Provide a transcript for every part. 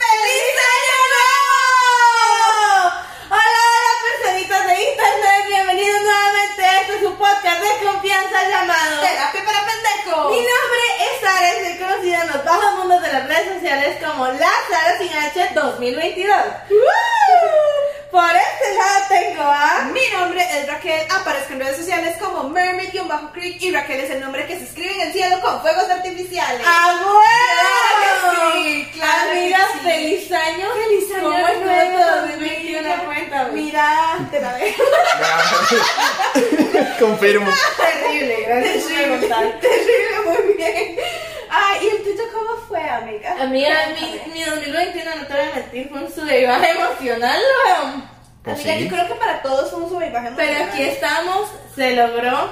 ¡Feliz año nuevo! Hola, hola, personitas de Internet. Bienvenidos nuevamente a este su podcast de confianza llamado Terapia para Pendejos. Mi nombre es Sara, soy conocida en los bajos mundos de las redes sociales como La Sara Sin H 2022. Por este lado tengo a... Mi nombre es Raquel, aparezco en redes sociales como Mermaid-Creek y Raquel es el nombre que se escribe en el cielo con fuegos artificiales. ¡Ah, ¡Abuela! Claro que sí, claro que Amigas, sí. feliz año. ¡Feliz año ¿Cómo estuvo nuevo, 2021? mira, Cuéntame. Mira, te la dejo. Confirmo. Terrible, gracias por preguntar. Terrible, muy bien. Ay, ¿y el tuyo cómo fue, amiga? Amiga, mi, mi 2021, no te voy a mentir, fue un subivaje emocional, weón. Pues Amiga, sí. yo creo que para todos fue un subivaje. Pero aquí estamos, se logró,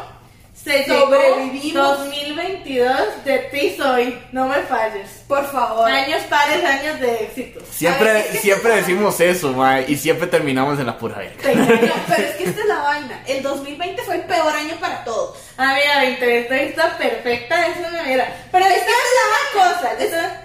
se llegó. Sobrevivimos. 2022, de ti soy, no me falles. Por favor. Años pares, años de éxitos. Siempre, Ay, es que- siempre decimos eso, mae, y siempre terminamos en la pura verga. No, pero es que esta es la vaina. El 2020 fue el peor año para todos. Amiga, 2020 está perfecta, eso no era. Pero Es que esta esta es la cosa,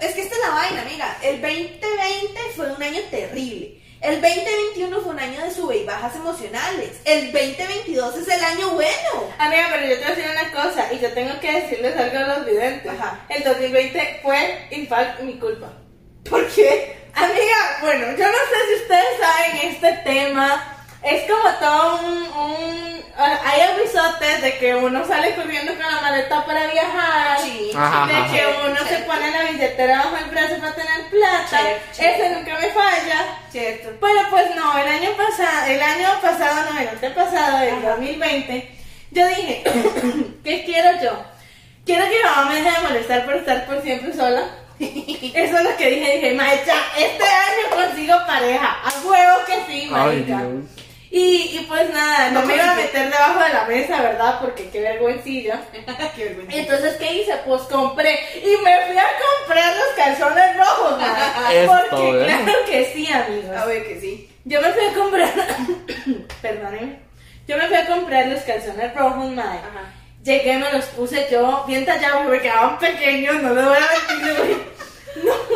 es, es que esta es la vaina, amiga. El 2020 fue un año terrible. El 2021 fue un año de sube y bajas emocionales. El 2022 es el año bueno. Amiga, pero yo te voy a decir una cosa y yo tengo que decirles algo a los videntes. Ajá. El 2020 fue, in fact, mi culpa. ¿Por qué? Amiga, bueno, yo no sé si ustedes saben este tema. Es como todo un. un- ah, hay avisotes de que uno sale corriendo con la maleta para viajar. Sí. Ajá, de ajá, que ajá. uno se pone la billetera bajo el brazo para tener plata. Sí, sí. Eso nunca me falla. Cierto. Bueno, pues no, el año pasado, el año pasado, no, el antepasado, el 2020, yo dije, ¿qué quiero yo? Quiero que mi mamá me deje de molestar por estar por siempre sola. Eso es lo que dije, dije, maestra, este año consigo pareja, a huevo que sí, marica. Y, y pues nada, no, No me iba a consigo. meter debajo de la mesa, ¿verdad? Porque qué vergüencilla. Ah, Qué vergüenza. Entonces, ¿qué hice? Pues compré. Y me fui a comprar los calzones rojos, madre. Es Porque todo, ¿eh? claro que sí, amigos. A ver que sí. Yo me fui a comprar. Perdóneme. Yo me fui a comprar los calzones rojos, madre. Ajá. Llegué, me los puse yo bien tallados porque me quedaban pequeños, no les voy a mentir. güey. No.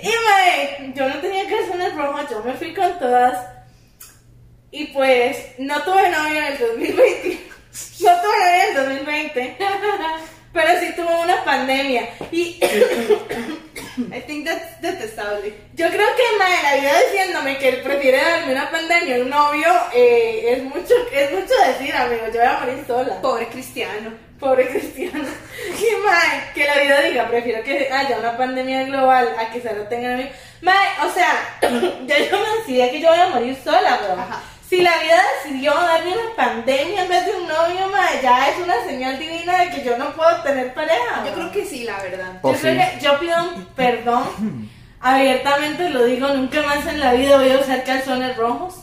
Y, madre, yo no tenía calzones rojos, yo me fui con todas. Y pues, no tuve novio en el 2020. No tuve novio en el 2020. Pero sí tuve una pandemia. Y I think that's detestable. yo creo que madre, la vida diciéndome que él prefiere darme una pandemia a un novio eh, es mucho es mucho decir, amigo. Yo voy a morir sola. Pobre cristiano. Pobre cristiano. Y madre, que la vida diga, prefiero que haya una pandemia global a que solo tengan a mí. Madre, o sea, ya yo me decidí que yo voy a morir sola, bro. Ajá. Si la vida decidió darme una pandemia en vez de un novio, madre, ya es una señal divina de que yo no puedo tener pareja. Yo bro. creo que sí, la verdad. Oh, Yo creo sí. que yo pido un perdón. Abiertamente lo digo, nunca más en la vida voy a usar calzones rojos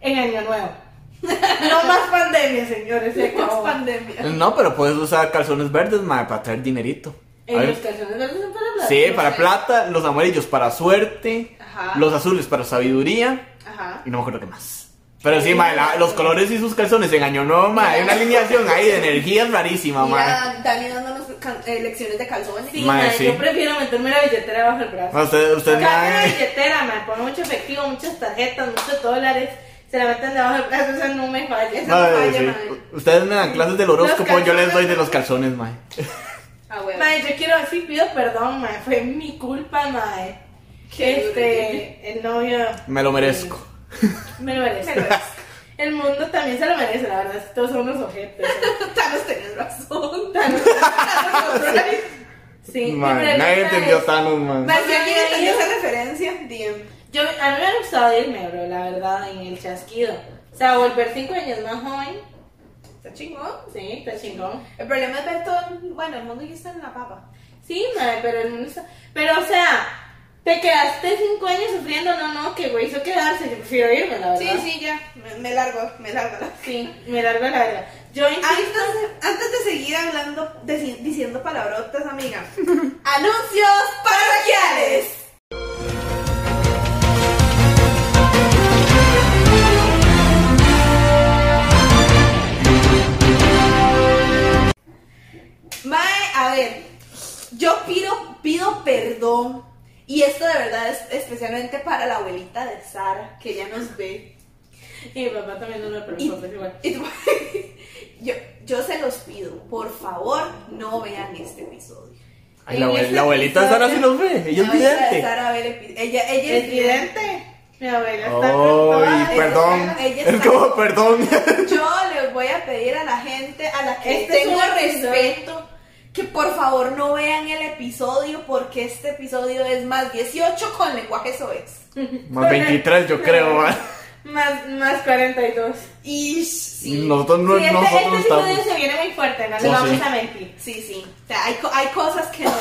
en Año Nuevo. No más pandemia, señores. se Oh. acabó. pandemia. No, pero puedes usar calzones verdes, mae, para traer dinerito. A En ver. los calzones verdes son para hablar. Sí, No para sé. plata, los amarillos para suerte, Ajá. los azules para sabiduría, Ajá. y no me acuerdo qué más. Pero sí, mae, la- los colores y sus calzones en año nuevo, mae, hay una alineación ahí de energías rarísima, mae. Mira, Dani dándonos can- eh, lecciones de calzones. Sí, Mae, mae, sí. Yo prefiero meterme la billetera bajo el brazo. Usted, usted, Cambio la mae, billetera, me pone mucho efectivo, muchas tarjetas, muchos dólares. Se la meten debajo del brazo, esa no me falla. esa no mae, falla, sí. mae. Ustedes me dan clases del horóscopo, yo les doy de los calzones, mae. Ah, bueno. Mae, yo quiero decir, pido perdón, mae, fue mi culpa, mae. Qué este, el novio Me lo merezco. me lo merece. Me lo merezco. El mundo también se lo merece, la verdad, todos son unos objetos. Thanos tenés razón. Sí, mi Mae, nadie pregunta entendió es- Thanos, mae. Más si alguien entendió esa referencia, DM. Yo, a mí me hubiera gustado irme, bro, la verdad, en el chasquido. O sea, volver cinco años más joven Está chingón. Sí, está chingón. El problema es ver todo, el- bueno, el mundo ya está en la papa. Sí, madre, pero el mundo está- Pero, o sea, te quedaste cinco años sufriendo. No, no, que güey, hizo quedarse. Yo prefiero irme, la verdad. Sí, sí, ya. Me, me largo, me largo. Sí, me largo la verdad. Yo insisto. Antes, antes de seguir hablando, deci- diciendo palabrotas, amiga. Anuncios parroquiales. Mae, a ver, yo pido, pido perdón. Y esto de verdad es especialmente para la abuelita de Sara, que ya nos ve. Y mi papá también no me Y- preguntó, pero igual. y tú- yo, yo se los pido, por favor, no vean este episodio. Ay, la, En abue- este la abuelita de Sara sí episodio, los ve, ella es la abuelita de vidente. Sara ve el epi- Ella, ella es Es vidente. Mi abuela está Ay, con todas. perdón. Ella Es está- como perdón. vidente. Yo les voy a pedir a la gente a la que Este es tengo un episodio. respeto que por favor no vean el episodio porque este episodio es más 18 con lenguaje soez. Más 23 yo creo, ma. Más, más 42. Y sí. Nosotros no, Sí, este, nosotros este no episodio estamos. se viene muy fuerte, no le Sí, vamos sí. a mentir. Sí, sí. O sea, hay, co- hay cosas que no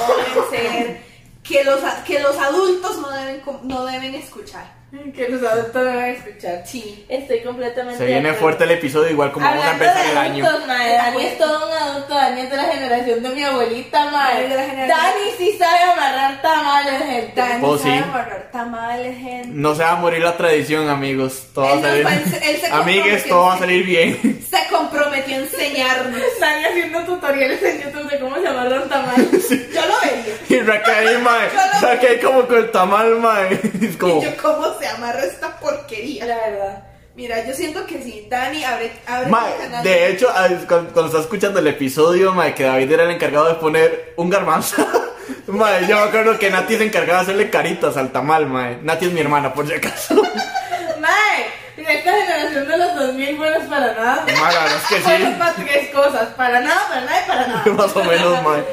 deben ser, que los, a- que los adultos no deben, com- no deben escuchar. Que los adultos no van a escuchar. Sí. Estoy completamente. Se de viene acuerdo. fuerte el episodio, igual como vamos a Hablando empezar de el año. adultos, Mae, Dani es todo un adulto, Dani es de la generación de mi abuelita, Dani madre. es de la generación- Dani sí sabe amarrar tamales, gente. Dani Oh, sabe sí. amarrar tamales, gente. No se va a morir la tradición, amigos. Todo va a Él nos salir. va a ens- él se Amigues, comprometió. todo va a salir bien. Se comprometió a enseñarnos. Dani haciendo tutoriales en YouTube de cómo se amarra un tamal. Yo lo veía. Y Raquel, mae. Raquel como con el tamal, mae. Es como. Y yo, ¿cómo se amarra esta porquería? La verdad. Mira, yo siento que sí. Dani, abre, abre tu Mae, canal. de hecho, a- cuando, cuando estaba escuchando el episodio, mae, que David era el encargado de poner un garbanzo. Mae, yo me acuerdo que Nati se encargaba de hacerle caritas al tamal, mae. Nati es mi hermana, por si acaso. Mae, esta generación de los 2000 buenos para nada. Mae, la verdad es que Buenos sí. para tres cosas: para nada, para nada y para nada. Más o menos, mae.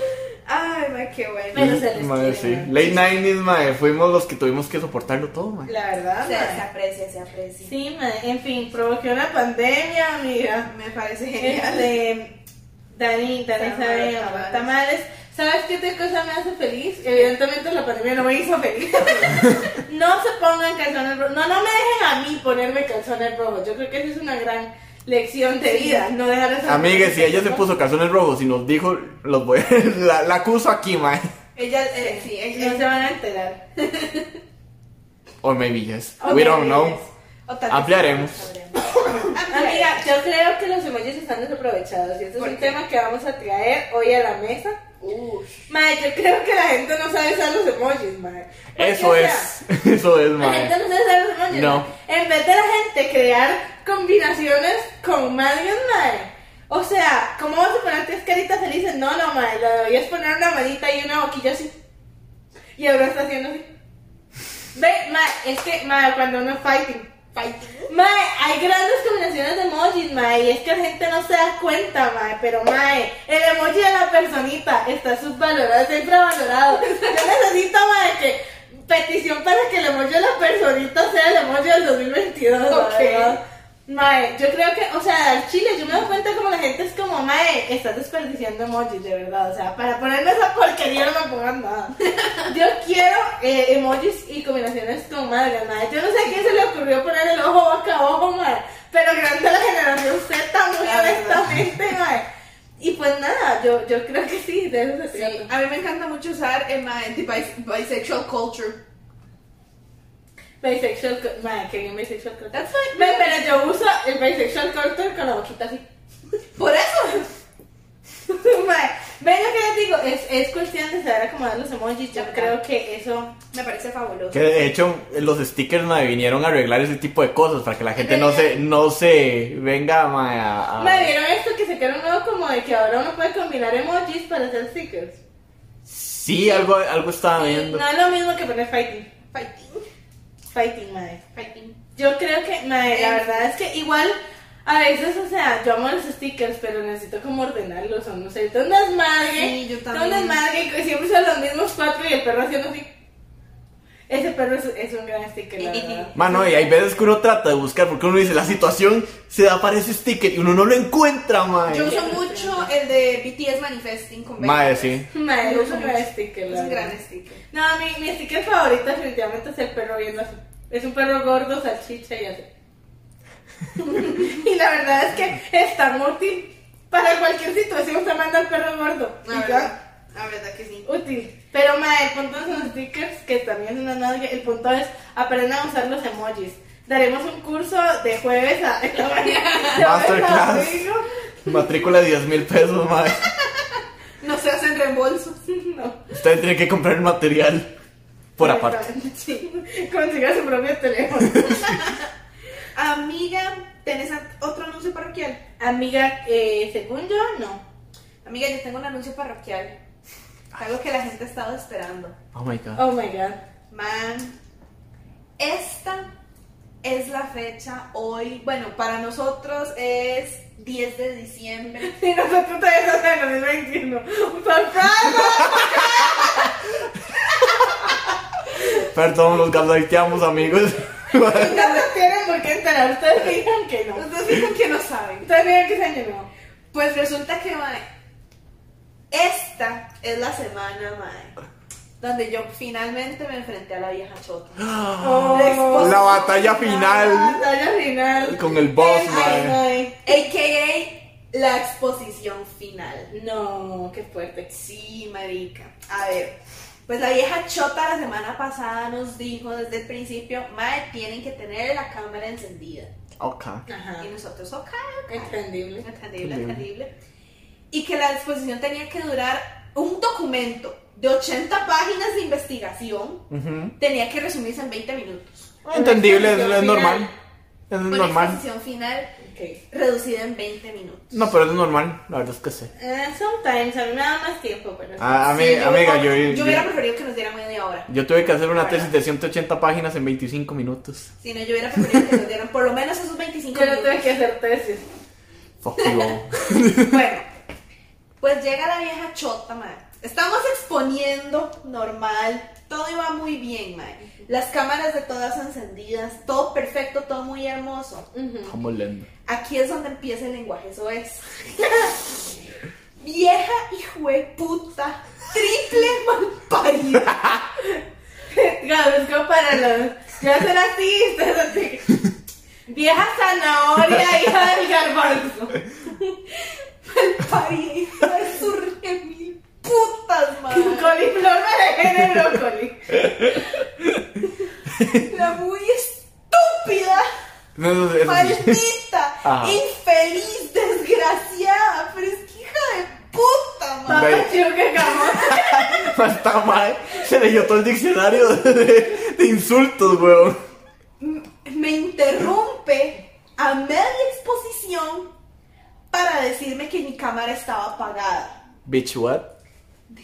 Ay, ma, qué bueno. Pero se les Mae, quiere, sí. mae. Late 90s, mae, fuimos los que tuvimos que soportarlo todo, mae. La verdad, Se, se mae. aprecia, se aprecia. Sí, mae. En fin, provoqué una pandemia, amiga. Me parece genial. Este, Dani, Dani Tamales, sabe tamales. tamales. tamales. ¿Sabes qué otra cosa me hace feliz? Evidentemente la pandemia no me hizo feliz. no se pongan calzones rojos. No, no me dejen a mí ponerme calzones rojos. Yo creo que esa es una gran lección de Sí. vida. No dejar esas Amigues, cosas. si ella se puso calzones rojos y nos dijo, los voy la, la acuso aquí, mae. Ella, eh, sí, No se ella. van a enterar. Or maybe yes. O We tal don't vez. know. O tal vez- Ampliaremos. Amiga, yo creo que los emojis están desaprovechados. Y este es ¿Por un qué? tema que vamos a traer hoy a la mesa. Uy. Mae, yo creo que la gente no sabe usar los emojis, mae. Porque, Eso o sea, es. Eso es, eh. La gente mae. no sabe usar los emojis. No. En vez de la gente crear combinaciones con más bien, mae. O sea, ¿cómo vas a poner tres caritas felices? No, no, mae. Lo deberías poner una manita y una boquilla así. Y ahora está haciendo así. Ve, mae, es que, mae, cuando uno es fighting. Fighting. Mae, hay grandes combinaciones de emojis, mae, y es que la gente no se da cuenta, mae, pero mae, el emoji de la personita está subvalorado, está infravalorado. Yo necesito, mae, que petición para que el emoji de la personita sea el emoji del 2022, la Ok. verdad. Mae, yo creo que, o sea, al chile, yo me doy cuenta como la gente es como, mae, estás desperdiciando emojis, de verdad, o sea, para ponerme esa porquería no me pongan nada. Yo quiero eh, emojis y combinaciones con madre, madre. Yo no sé a quién se le ocurrió poner el ojo boca a ojo, madre. Pero grande la generación Z, muy La verdad. honestamente, madre. Y pues nada, yo, yo creo que sí, de eso se Sí, trata. a mí me encanta mucho usar eh, ma, the bis- bisexual culture. Bisexual, co- madre, que bien bisexual culture. That's fine. Ve, Pero yo uso el bisexual culture con la boquita así. Por eso. Madre, ¿Ven lo que les digo? Es, es cuestión de saber acomodar los emojis. Yo Ajá. creo que eso... Me parece fabuloso. Que de hecho los stickers me vinieron a arreglar ese tipo de cosas para que la gente no se no se venga mae, a, a- Me vieron esto que se quedó nuevo como de que ahora uno puede combinar emojis para hacer stickers. Sí, algo algo estaba viendo. No es lo mismo que poner fighting. Fighting. Fighting, madre. Fighting. Yo creo que, madre, la Eh. verdad es que igual a veces, o sea, yo amo los stickers, pero necesito como ordenarlos o no sé. Todo un desmadre. Sí, yo todo un también. desmadre que siempre son los mismos cuatro y el perro haciendo así. Ese perro es, es un gran sticker, Eh, la verdad. Mano, y hay veces que uno trata de buscar porque uno dice la situación se da para ese sticker y uno no lo encuentra, Yo mae. uso mucho el de BTS Manifesting con Mae, Baby. sí. Mae, Yo es un uso gran mucho. sticker, Es la un verdad. gran sticker. No, mi, mi sticker favorito definitivamente es el perro viendo así. Es un perro gordo, salchicha y así. y la verdad es que es tan útil para cualquier situación se manda al perro gordo. La y ya, verdad, la verdad que sí. útil. Pero ma, el punto de los stickers, que también es una nalga, el punto es aprendan a usar los emojis. Daremos un curso de jueves a de jueves a Masterclass. domingo. Matrícula de 10 mil pesos, mae. No se hacen reembolsos. No. Ustedes tienen que comprar el material por aparte. Exactamente, Sí. Consiga su propio teléfono. Amiga, ¿tenés a- otro anuncio parroquial? Amiga, eh, según yo, no. Amiga, yo tengo un anuncio parroquial. Algo que la gente ha estado esperando. Oh my god. Oh my god. Man, esta es la fecha hoy. Bueno, para nosotros es 10 de diciembre. Y nosotros todavía estamos en el 2021. ¡Sorpresa! Perdón, los gaslighteamos, amigos. No se tienen por qué enterar. Ustedes dijeron que no. Ustedes dicen que no saben. Ustedes dijeron que se año nuevo. Pues resulta que, mae, esta es la semana, mae, donde yo finalmente me enfrenté a la vieja chota. Oh, La batalla La final batalla final. con el boss, mae. Ay, A.K.A. la exposición final. ay. No, qué fuerte. Sí, marica. A ver, pues la vieja chota la semana pasada nos dijo desde el principio, mae, tienen que tener la cámara encendida. Ok. Ajá. Y nosotros, ok, ok. Entendible. Entendible, Entendible. entendible. Y que la exposición tenía que durar un documento de 80 páginas de investigación, Ujú. tenía que resumirse en 20 minutos. Entendible, es, Una es exposición normal. Es Una normal. exposición final Ok. reducida en 20 minutos. No, pero es normal, la verdad es que sí. Eh, sometimes, a mí me da más tiempo, pero. Ah, ami- Sí, yo- amiga, yo, yo hubiera yo- preferido que nos diera media hora. yo tuve que hacer una tesis de 180 páginas en 25 minutos. Si no, yo hubiera preferido que nos dieran por lo menos esos 25 Yo no tuve minutos. que hacer tesis. Fuck you. Bueno, pues llega la vieja chota, madre. Estamos exponiendo normal, todo iba muy bien, madre. Las cámaras de todas encendidas, todo perfecto, todo muy hermoso. Ujú. Como lendo. Aquí es donde empieza el lenguaje, eso es. Vieja y puta, triple malparida. Gabusco para los. Yo soy así, ustedes así. Vieja zanahoria, hija del garbanzo. Malparida, hija de su re mil putas, madre. Coliflor me dejé en el brócoli. La muy estúpida. No, eso- eso sí. Maldita, Ajá. infeliz, desgraciada, pero es que hija de puta, madre. Papá chido que acabó. Pues Está mal. Se leyó todo el diccionario de, de insultos, weón. Me interrumpe a media exposición para decirme que mi cámara estaba apagada. Bitch, what?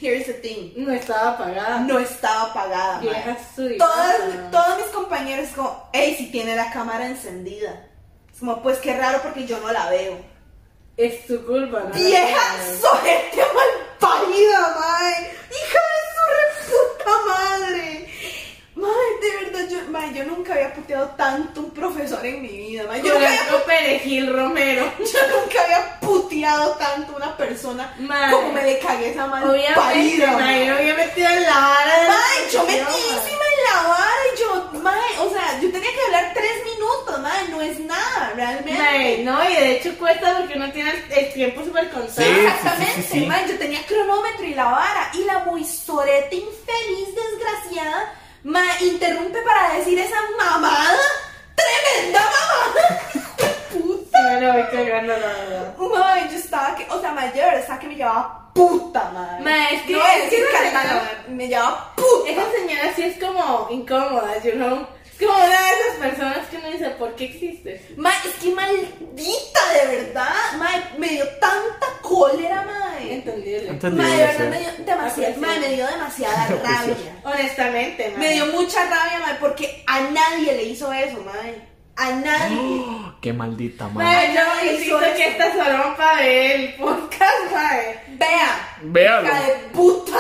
Here's the thing. No estaba apagada. No estaba apagada, Vieja madre. suya. Todas- todos mis compañeros como, hey, si tiene la cámara encendida. Es como, pues qué raro porque yo no la veo. Es tu culpa, ¿no? Vieja sojete malparida, mae. Hija de su reputa madre. Mae, de verdad, yo, mae, yo nunca había puteado tanto un profesor en mi vida, mae. Yo, nunca había, Llorando Perejil Romero. yo nunca había puteado tanto una persona Mae. como me le cagué esa malparida. Obviamente, mae. mae, no había metido en la vara. de la Mae, yo discusión, metidísima en la vara y yo, mae, o sea, yo tenía que hablar tres minutos, mae, no es nada, realmente. Mae, no, y de hecho cuesta porque uno tiene el, el tiempo súper contado. Sí. Exactamente, sí, sí. mae, yo tenía cronómetro y la vara. Y la muy sorete infeliz, desgraciada, ma, interrumpe para decir esa mamada. ¡Tremenda mamada! ¡Puta! Me lo voy cagando, la verdad. Mae, yo estaba que, o sea, mae, yo de verdad estaba que me llevaba puta, madre. Mae, es que- no voy a es que decir esa catalán, señora- me llevaba puta. Esa señora sí es como incómoda, you know. Es como una de esas personas que uno dice, ¿por qué existes? Mae, es que maldita, de verdad. Mae, me dio tanta cólera, mae. Entendible. Entendible, Mae, de sí. verdad me dio demasiada, mae, me dio demasiada rabia. Honestamente, mae. Me dio mucha rabia, madre, porque a nadie le hizo eso, madre. A nadie. Oh, Qué maldita madre. Mae, yo Ay, insisto eso, que eso. esta es rompa del podcast, mae. Vea. Véalo. hija de puta.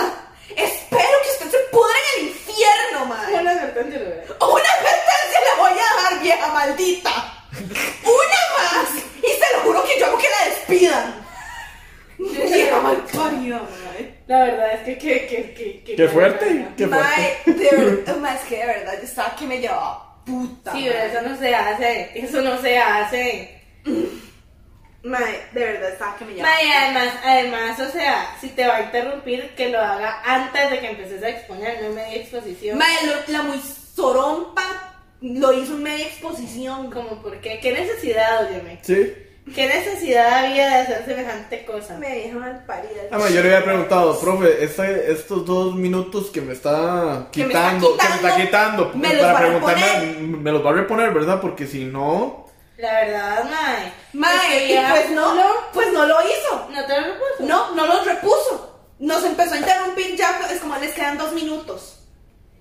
Espero que usted se pudra en el infierno, madre. Una de advertencia le voy a dar. ¡Una advertencia le voy a dar, vieja maldita! ¡Una más! Y se lo juro que yo hago que la despidan. Vieja malparida, mae. La verdad es que, que, que, que, que Qué fuerte, qué fuerte. Mae, de ver- mae, es que de verdad, yo estaba que me llevaba puta. Sí, mae. pero eso no se hace, eso no se hace. Mae, de verdad estaba que me llevaba. Ma, y además, además, o sea, si te va a interrumpir, que lo haga antes de que empeces a exponer, no en media exposición. Mae, lo- la muy sorompa lo hizo en media exposición. Como, ¿por qué? ¿Qué necesidad, óyeme? Sí. ¿Qué necesidad había de hacer semejante cosa? Me vieja malparida. Ah, ma, yo le había preguntado, profe, este- estos dos minutos que me está Que me está quitando, que me está quitando, quitando, me los va a para preguntarme, reponer. me los va a reponer, ¿verdad? Porque si no, La verdad, mae. Mae, y Escribía- pues no, pues no lo hizo. No te lo repuso. No, no los repuso. Nos empezó a interrumpir ya, es como les quedan dos minutos.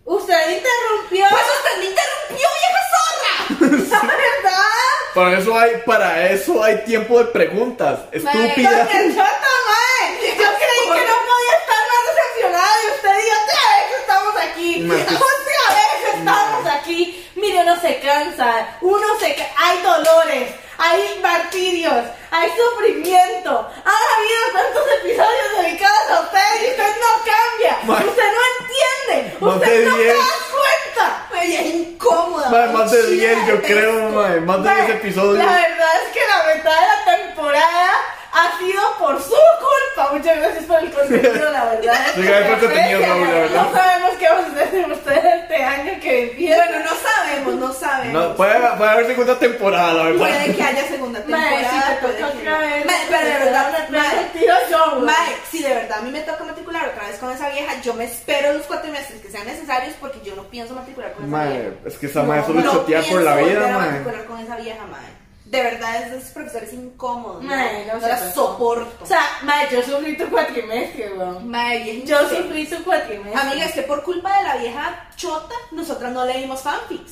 Usted interrumpió. Pues usted me interrumpió, vieja zorra. La verdad. para eso hay, para eso hay tiempo de preguntas, estúpida. Porque yo mae. Yo creí que no podía estar más decepcionada de usted y otra vez estamos aquí. Ma, qué- Otra vez estamos aquí. Mire, uno se cansa, uno se ca- hay dolores, hay martirios, hay sufrimiento. Ha habido tantos episodios dedicados a usted y usted no cambia. Ma. Usted no entiende. Ma, usted qué no bien. se da cuenta. Ay, es incómoda. Ma, más de Chida 10, yo de creo, esto. ma, más de 10 Mae, episodios. La verdad es que la mitad de la temporada ha sido por su culpa. Muchas gracias por el contenido, la verdad. Sí, gracias por el contenido, Raúl, la verdad. No sabemos qué vamos a hacer sin ustedes este año que empieza. Bueno, no sabemos, no sabemos. No, puede, puede haber segunda temporada, la verdad. Puede que haya segunda temporada. Mae, si te puede toca que otra no. vez. Mae, pero de verdad, me mae, retiro yo. güey. Mae, si de verdad a mí me toca matricular otra vez con esa vieja, yo me espero los cuatro meses que sean necesarios porque yo no pienso matricular con esa vieja. Mae, es que esa madre solo chotea pienso por la vida, volver a mae. matricular con esa vieja, mae. De verdad, esos profesores incómodos. Mae, no no, no se las pasó. soporto. O sea, mae, yo sufrí tu cuatrimestre, weón. mae, vieja. Yo sí. sufrí tu cuatrimestre. Amiga, es que por culpa de la vieja chota, nosotras no leímos fanfics.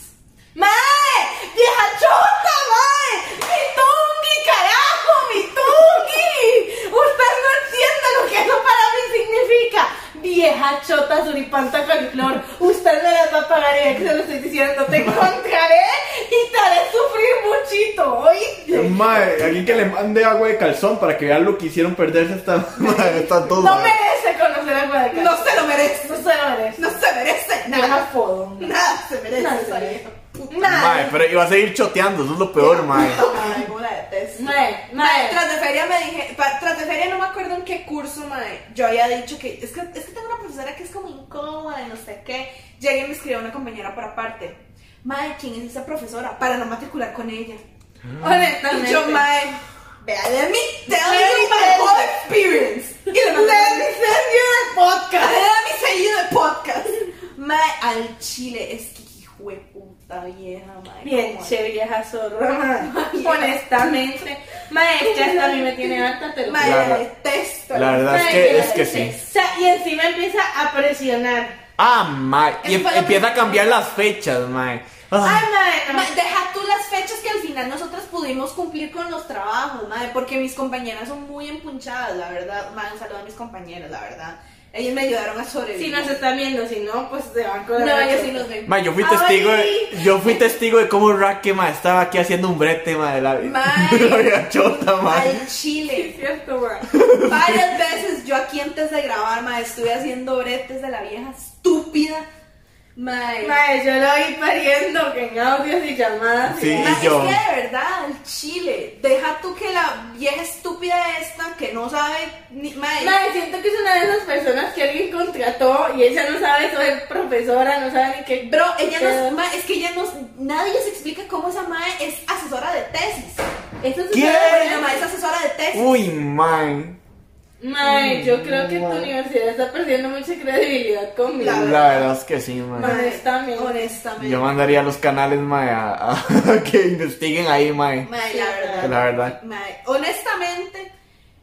¡Mae! ¡Vieja chota, mae! ¡Mi tungi, carajo! ¡Mi tungi! Usted no entiende lo que eso para mí significa. Vieja chota, suripanta, coliflor. Usted me las va a pagar y que se lo estoy diciendo. Te encontraré y te haré sufrir muchito, ¿oíste? Mae, alguien que le mande agua de calzón para que vean lo que hicieron perderse esta, mae, está todo. No mae. merece conocer a Guadalajara. No se lo merece. No se lo merece. No se merece Yo no nada. puedo. Nada se merece Nada se esa merece. vieja. Puta Mae, Mae, pero iba a seguir choteando, eso es lo peor, mae. madre, cómo la detesto. mae, Mae, mae. tras de feria me dije, pa- tras de feria no me acuerdo en qué curso, mae, yo había dicho que, es que, es que tengo una profesora que es como incómoda y no sé qué, llegué y me escribió una compañera por aparte, mae, ¿quién es esa profesora? Para no matricular con ella. Honestamente. Y yo, mae, vea de mí, tell Ah. me Very my well. whole experience. Y le mandé Let me send you the podcast. Le mi sello de podcast. Mae, al chile, es que hijo de puta vieja, mae. Bien, cómo- che, vieja zorra. Honestamente, maestra, hasta a mí me tiene harta, te lo Mae, juro. la La- detesto. la verdad es Mae, que, yo es la que sí. detesto. O sea, y encima empieza a presionar. Ah, mae. Y Eso fue lo empieza que- a cambiar las fechas, mae. Ay, Ah, mae, Ma, no. Deja tú las fechas que al final nosotras pudimos cumplir con los trabajos, madre, porque mis compañeras son muy empunchadas, la verdad. Madre, un saludo a mis compañeras, la verdad. Ellas me ayudaron a sobrevivir. Si nos están viendo, si no, pues se van con No, la yo otra. sí los veo. mae, yo fui Ay. testigo de, yo fui testigo de cómo Raque, mae, estaba aquí haciendo un brete, mae, de la, de Mae. la vida chota, mae. Al Sí, chile. cierto, mae. Varias veces yo aquí antes de grabar, madre, estuve haciendo bretes de la vieja estúpida. Madre. Mae, yo lo voy pariendo que en audios y llamadas. y- Sí. Ma, es yo. que de verdad, al chile, deja tú que la vieja estúpida esta que no sabe ni madre, Mae, siento que es una de esas personas que alguien contrató y ella no sabe, soy profesora, no sabe ni qué. Bro, ella no pedo. es, ma, es que ella no, nadie se explica cómo esa mae es asesora de tesis. Eso es ¿Qué? una- La mae es asesora de tesis. Uy, mae. Mae, yo creo que tu Mae. universidad está perdiendo mucha credibilidad conmigo. La verdad es que sí, mae. Mae. honestamente. Honestamente. Yo mandaría los canales, mae, a, a- que investiguen ahí, mae. Mae, la verdad. La verdad. Mae, honestamente,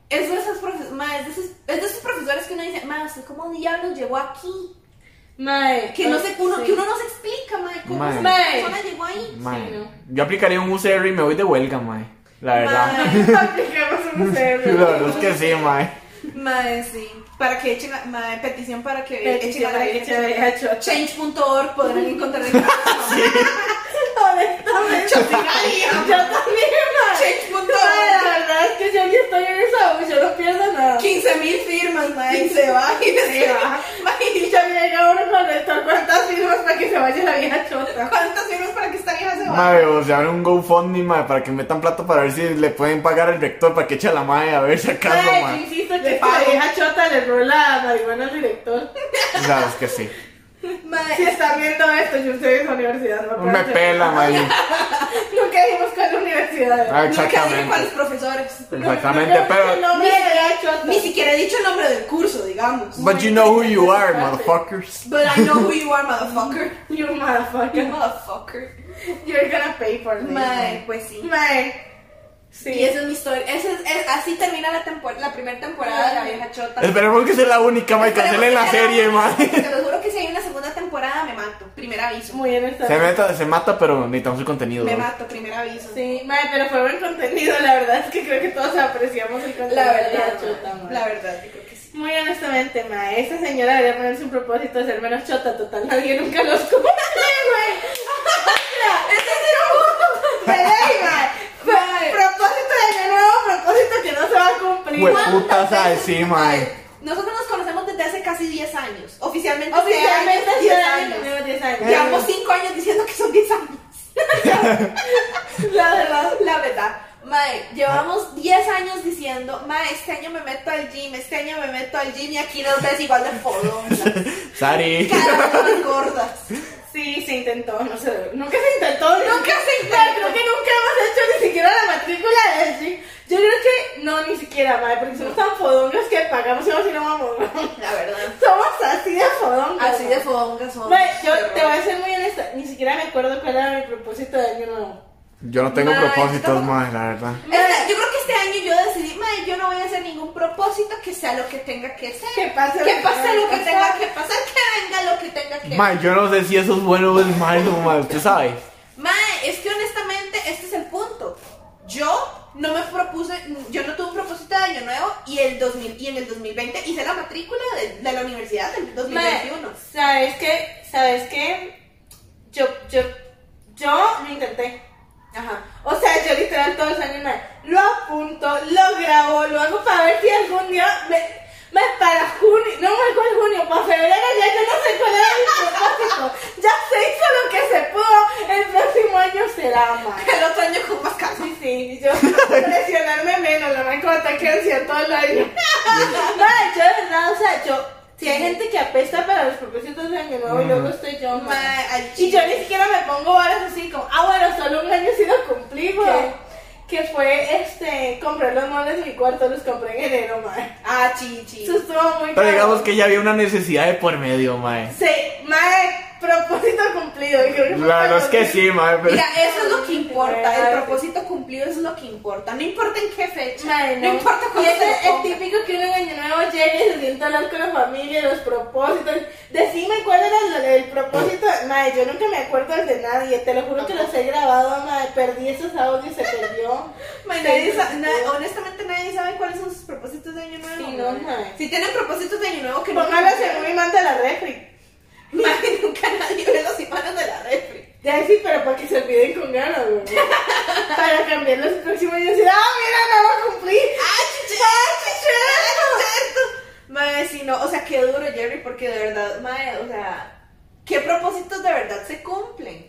es de esas profes- mae, es de esos, es de esos profesores que uno dice, mae, ¿usted cómo diablos llegó aquí? Mae, Que no o- se, uno, Ah, sí. que uno no se explica, mae, cómo Mae. esa Mae. persona llegó ahí. Mae. no. Yo aplicaría un UCR y me voy de huelga, mae. La verdad. Mae. Apliquemos un La cerebro. verdad es que sí, mae. Mae, sí. Para que echen la. Mae, petición para que echen Petición a la para que Virgen. echen a la Virgen a Chota. Change.org podrán encontrar el Honestamente. Yo también, Yo también, mae. Change.org. Mae, La verdad es que si alguien está en esa yo no pierdo nada. 15 mil firmas, mae. Y se va. Y se va. Mae, Y también llega uno con esto, ¿cuántas firmas para que se vaya la vieja chota? ¿Cuántas firmas para que esta vieja se vaya? Mae, o sea, un GoFundMe, mae, para que metan plata para ver si le pueden pagar al rector para que eche a la mae a ver si acaso, Mae, yo mae. insisto Le que esta pago. vieja chota le robó la marihuana al director. O sea, es que sí. Mae, Si están viendo esto, yo estoy en la universidad, no Me puedo- pela, mae. Nunca dijimos cuál universidad. Ah, era. Nunca dije cuáles exactamente. profesores. Exactamente, Nunca dije el pero. nombre de la vieja chota. Ni siquiera he dicho el nombre del curso, digamos. But you know who you are, motherfuckers. But I know who you are, motherfucker. You You motherfucker. motherfucker. You're gonna pay for this. Mae, pues sí. Mae. Sí. Y esa es mi historia. Esa es, es- así termina la, tempor- la primera temporada de La Vieja Chota. Esperemos que sea la única, mae. Cancelen la serie, mae. Te lo juro que si hay una segunda temporada me mato. Primer aviso. Muy bien esta. Se, meta, se mata, pero necesitamos el contenido. Me ¿no? mato, primer aviso. Sí, mae, pero fue buen contenido, la verdad es que creo que todos apreciamos el contenido. La de verdad, la chota, mae. la verdad, yo creo que sí. Muy honestamente, ma, esa señora debería ponerse un propósito de ser menos chota total. Nadie nunca los cumple, güey. ese es un punto de ley, ma. Mae. Propósito de año nuevo, propósito que no se va a cumplir. Güey, putas así, mae. Nosotros nos conocemos desde hace casi 10 años. Oficialmente, Oficialmente hace 10 10 años. 10 años. Llevamos Eh. 5 años diciendo que son 10 años. la verdad, la verdad. Mae, llevamos 10 años diciendo, Mae, este año me meto al gym, este año me meto al gym y aquí nos ves igual de fodón. Sari. Cada vez más gordas. pues, Sí, se intentó, no sé. Nunca se intentó. Nunca se intentó. Ma, Creo que nunca hemos hecho ni siquiera la matrícula de allí. Yo creo que no, ni siquiera, ma, porque somos tan fodongos que pagamos y no vamos. ma. La verdad. Somos así de fodongos. Así ma. de fodongas son. Mae, yo te voy a ser muy honesta, ni siquiera me acuerdo cuál era mi propósito de año nuevo. Yo no tengo Mae, propósitos, tampoco- mae, la verdad. Este, yo creo que este año yo decidí, "Mae, yo no voy a hacer ningún propósito que sea lo que tenga que ser. Que pase lo que que pase tenga lo que que tenga pasar. que pasar, que venga lo que tenga que Mae, yo no sé si eso es bueno o es malo, mae. Usted sabe. Mae, es que honestamente este es el punto. Yo no me propuse, yo no tuve un propósito de año nuevo y el 2000 y en el 2020 hice la matrícula de, de la universidad del 2021. Mae, ¿sabes qué? ¿Sabes qué? Yo, yo, yo lo intenté. Ajá. O sea, yo literal todos los años mae, lo apunto, lo grabo, lo hago para ver si algún día me... mae, para junio, no me acuerdo junio, para febrero ya yo no sé cuál era mi propósito. Ya se hizo lo que se pudo, el próximo año será más. El otro año con más calma. Sí, sí, yo presionarme menos, la madre como ataque de ansiedad todo el año. Madre, yo de verdad, o sea, yo, si hay gente que apesta para los propósitos de año nuevo y luego estoy yo, Ma, madre. al Y yo chile. ni siquiera me pongo varas así como, ah, bueno, solo un año sí lo cumplí, güey. Que fue, este, comprar los muebles de mi cuarto, los compré en enero, madre. Ah, chichi. Eso estuvo muy Pero caro. digamos que ya había una necesidad de por medio, mae. Sí, madre, propósito cumplido. y creo que fue La verdad es que cuando- sí, mae, pero. Mira, eso es lo que importa. Mae. El propósito cumplido es lo que importa. No importa en qué fecha. Mae, no. importa Y cuándo ese se es lo el ponga. típico que uno en año nuevo llega y se sienta a hablar con la familia, los propósitos. Decime cuál era el, el propósito. Madre, yo nunca me acuerdo del de nadie. Te lo juro que los he grabado, madre. Perdí esos audios, se perdió. Mae, Se nadie sa- perdió. na- honestamente nadie sabe cuáles son sus propósitos de año nuevo. Sí, no, mae. Si tienen propósitos de año nuevo que Póngalos en un imán de la refri. Mae, nunca nadie ve los imanes de la refri. Ya sí, pero para que se olviden con ganas, güey. Para cambiarlos el próximo año y decir, ah, mira, no lo cumplí. ¡Ah, chichero! ¡Ah, chichero! Mae, si no, o sea, qué duro, Jerry, porque de verdad, mae, o sea, ¿qué propósitos de verdad se cumplen?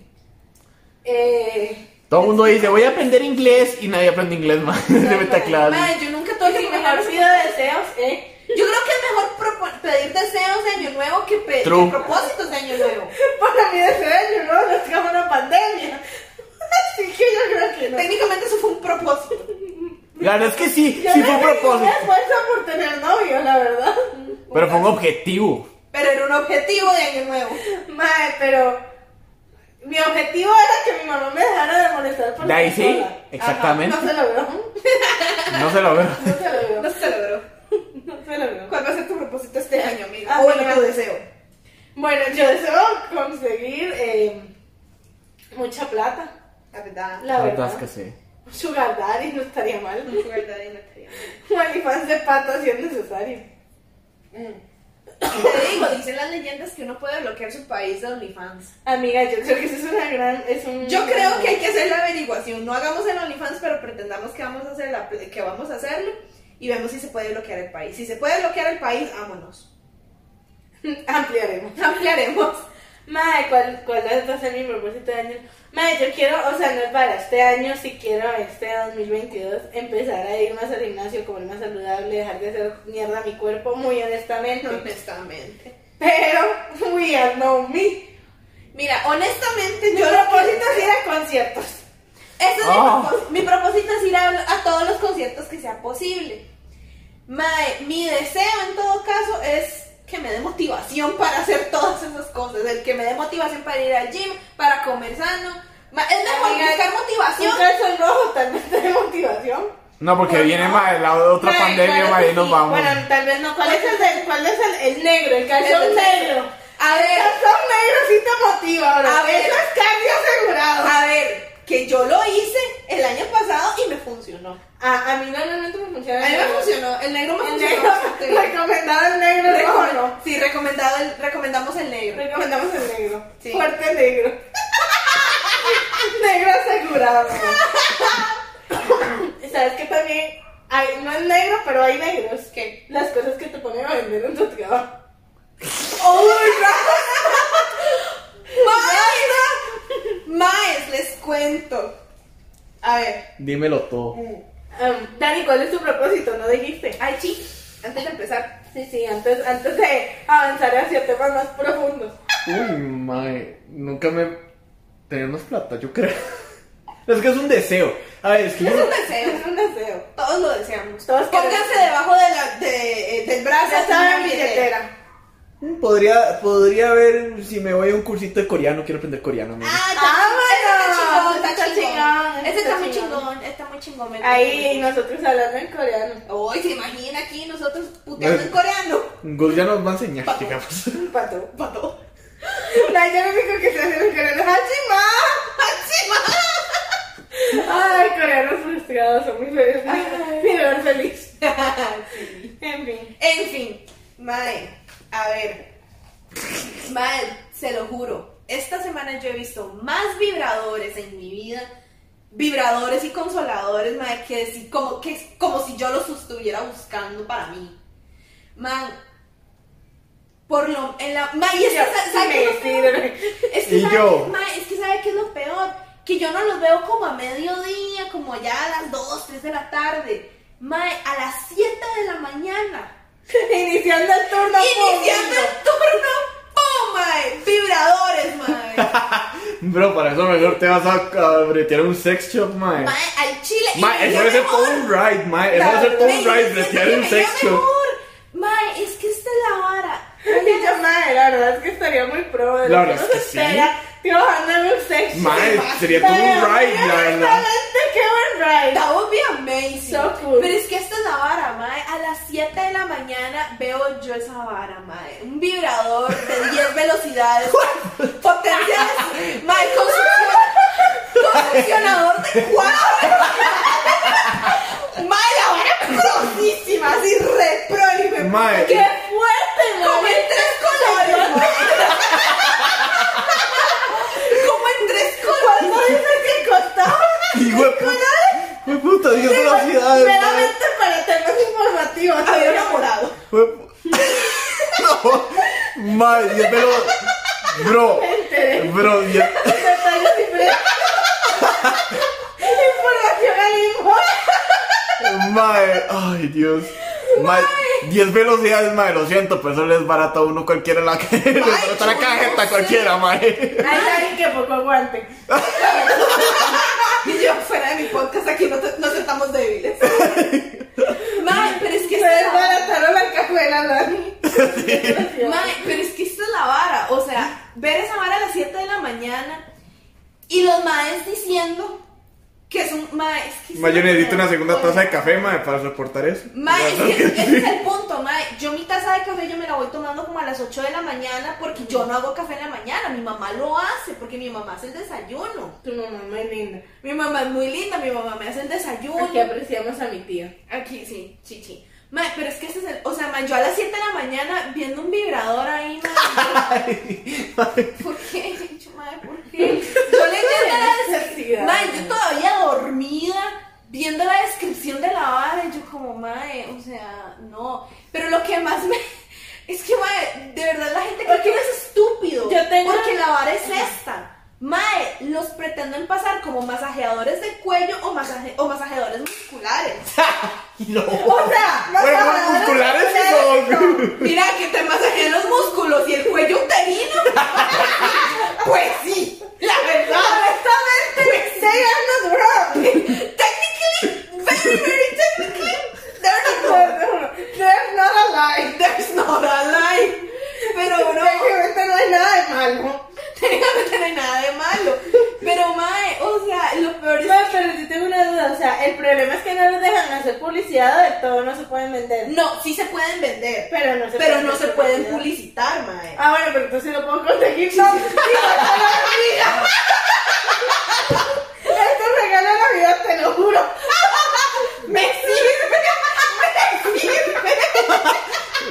Eh, Todo el mundo dice, voy a aprender inglés y nadie aprende inglés, mae. Se mete a clases. Mae, yo nunca tuve entonces que mi mejor pido deseos, eh. Yo creo que es mejor propo- pedir deseos de año nuevo que, pe- que True. propósitos de año nuevo. Para mi deseo de año nuevo no tengamos una pandemia. Así que yo creo que no. Técnicamente eso fue un propósito. La verdad es que sí, Yo sí no fue un hice ningún propósito. esfuerzo por tener novio, la verdad. Pero fue un objetivo. Pero era un objetivo de año nuevo. Mae, pero mi objetivo era que mi mamá me dejara de molestar por De ahí la sí, sola. exactamente. No se logró. No se lo veo. No se logró. No se logró. No se logró. ¿Cuál va a ser tu propósito este año, amiga? Ah, o bueno, mira. tu deseo. Bueno, yo deseo conseguir eh, mucha plata, La verdad. la verdad verdad. es que sí. Sugar Daddy no estaría mal. Un sugar daddy no estaría mal. Un OnlyFans de patas si es necesario. Te digo, dicen las leyendas que uno puede bloquear su país de OnlyFans. Amiga, yo creo que eso es una gran. Es un, Yo creo que hay que hacer la averiguación. No hagamos el OnlyFans, pero pretendamos que vamos a hacer la- que vamos a hacerlo y vemos si se puede bloquear el país. Si se puede bloquear el país, vámonos. Ampliaremos. Ampliaremos. Mae, ¿cuál, ¿cuál va a ser mi propósito de año? Mae, yo quiero, o sea, no es para este año, si quiero este 2022 empezar a ir más al gimnasio, comer más saludable, dejar de hacer mierda a mi cuerpo, muy honestamente. Honestamente. Pero, we are no me. Mira, honestamente Mi yo lo propósito es ir a conciertos. Ese es mi Ah. propós- mi, propósito es ir a, a todos los conciertos que sea posible. Mae, mi deseo en todo caso es que me dé motivación para hacer todas esas cosas. El que me dé motivación para ir al gym, para comer sano. Ma- es mejor Amiga, buscar Un motivación. calzón rojo tal vez de motivación. No, porque Pues viene no. mae, la otra Mae, pandemia, claro mae, que y nos sí. vamos. Bueno, tal vez no. ¿Cuál es el, del- cuál es el, el negro? El calzón El del- negro. A El ver, calzón negro sí te motiva, bro. A ver. Eso es cambio asegurado. a ver, que yo lo hice el año pasado y me funcionó. A, a mí normalmente me funciona. A mí me negro. funcionó, el negro me El funcionó. negro, bastante bien. recomendado el negro, el rojo no. Sí, recomendado el- recomendamos el negro. Recomendamos el negro. Sí. Fuerte negro. negro asegurado. ¿Sabes que también? Hay, no es negro, pero hay negros. que Las cosas que te ponen a vender en tu trabajo. ¡Oh my god! Maes, maes, les cuento. A ver, Dímelo todo. Um, Dani, ¿cuál es tu propósito? No dijiste. ay, chi, antes de empezar, Sí, sí, antes, antes de avanzar hacia temas más profundos. Uy, mae, nunca me. Tener más plata, yo creo. Es que es un deseo. A ver, es que es yo. un Es deseo. un deseo. Todos lo deseamos. Todos Pónganse queremos. debajo de la, de, eh, del brazo. Ya saben, una billetera. Mm, Podría, podría ver si me voy a un cursito de coreano, quiero aprender coreano, amigo. Ah, Ah, bueno, está está, está chingón, está chingón, chingón. Este está está muy chingón. chingón, está muy chingón. me Ahí encanta. nosotros hablando en coreano. Uy, se imagina aquí nosotros puteando en coreano. Gus ya nos va a enseñar, digamos. Un Mm, pato. Pato. La yo lo único que se hace en coreano es ¡Hachima! Ah, Ay, coreanos frustrados, son muy felices. Mi dolor feliz. En fin. En fin, Mae, a ver. Mae, se lo juro. Esta semana yo he visto más vibradores en mi vida. Vibradores y consoladores, Mae, que si- como, que es como si yo los estuviera buscando para mí. Man, por lo. En la, mae, y es que, sa- ¿sabe qué es lo peor? Me sirve. Es que, Y ¿sabe yo. qué, mae? es que sabe qué es lo peor, que yo no los veo como a mediodía, como ya a las 2, 3 de la tarde. Mae, a las 7 de la mañana. Iniciando el turno. Iniciando pum. el turno, ¡pum, mae! Vibradores, mae. Bro, para eso mejor te vas a, a bretear un sex shop, mae. Mae, al chile. y Mae, me eso dio debe ser mejor. todo un ride, mae. Eso debe ser todo un Me ride, dio- bretear me un dio sex shop. mejor. Mae, es que esta es la vara. Ay, yo, madre, la verdad es que estaría muy pro de La lo que verdad nos es que sí. espera trabajando en un sex shop. Mae, sería todo un Pero, ride, mira, la verdad. restaurante, ¡Qué buen ride! That would be amazing. So cool. Pero es que esta es la vara, mae. A las 7 de la mañana veo yo esa vara, mae. Un vibrador de 10 velocidades. potenciales. Mae, con succion- con succionador de 4 Mae, la vara prosísima, así re pro. y me- Mae. ¡Qué fuerte, Como madre! en tres colores, mae. Como en tres colores. ¿Cuánto dices que costaba? Y güey, güey, puta, Dios de la ciudad, mae. Meramente para temas informativos. A ver, ¿no? enamorado. Güey, No, mae, yo te lo. Bro, Me enteré. bro, ya. Detalles diferentes. Información al limón. Mae, ay Dios. Mae, 10 velocidades, mae, lo siento, pero eso le es barato a uno cualquiera la que. Le es barata la yo cajeta no sé. cualquiera, mae. Hay alguien que poco aguante. Y yo fuera de mi podcast aquí no, te- no sentamos débiles. Mae, pero es que Se esta es la vara. desbarataron la cajuela, Dani. Mae, pero es que esta es la vara. O sea, ver esa vara a las 7 de la mañana y los maes diciendo que es un mae, es que es Mae, yo necesito una segunda cosa. taza de café, mae, para soportar eso. Mae, es que ese es el punto, mae. Yo mi taza de de café yo me la voy tomando como a las 8 de la mañana porque yo no hago café en la mañana, mi mamá lo hace porque mi mamá hace el desayuno. Tu mamá muy linda. Mi mamá es muy linda, mi mamá me hace el desayuno. Porque apreciamos a mi tía. Aquí, sí, chichi. Ma, pero es que ese es el. O sea, ma, yo a las 7 de la mañana viendo un vibrador ahí, ma. ¿Por qué? Yo, ma, ¿por qué? Yo leyendo la necesidad. descripción. Ma, yo todavía dormida viendo la descripción de la vara. y Yo, como, ma, o sea, no. Pero lo que más me. Es que, ma, de verdad la gente cree que uno es estúpido. Yo tengo- Porque la vara es esta. Mae, los pretenden pasar como masajeadores de cuello o, masaje- o masajeadores musculares. No. O sea, no Huevos sabes, musculares, musculares, no. no. Mira que te masajean los músculos y el cuello uterino. pues sí, la verdad. Honestamente, they are not wrong. Technically, very, very technically, they're not wrong. They're not alive. There's not alive. Pero no. Obviamente no hay nada de malo. Técnicamente no hay nada de malo. Pero mae, o sea, lo peor es No, pero sí tengo una duda, o sea, el problema es que no les dejan hacer publicidad del todo, no se pueden vender. No, sí se pueden vender. Pero no se Pero pueden no se hacer pueden publicidad. publicitar, mae. Ah, bueno, pero entonces lo puedo conseguir. No, sí, Esto es regalo de Navidad, te lo juro. ¡Me sirve! ¡Me sirve!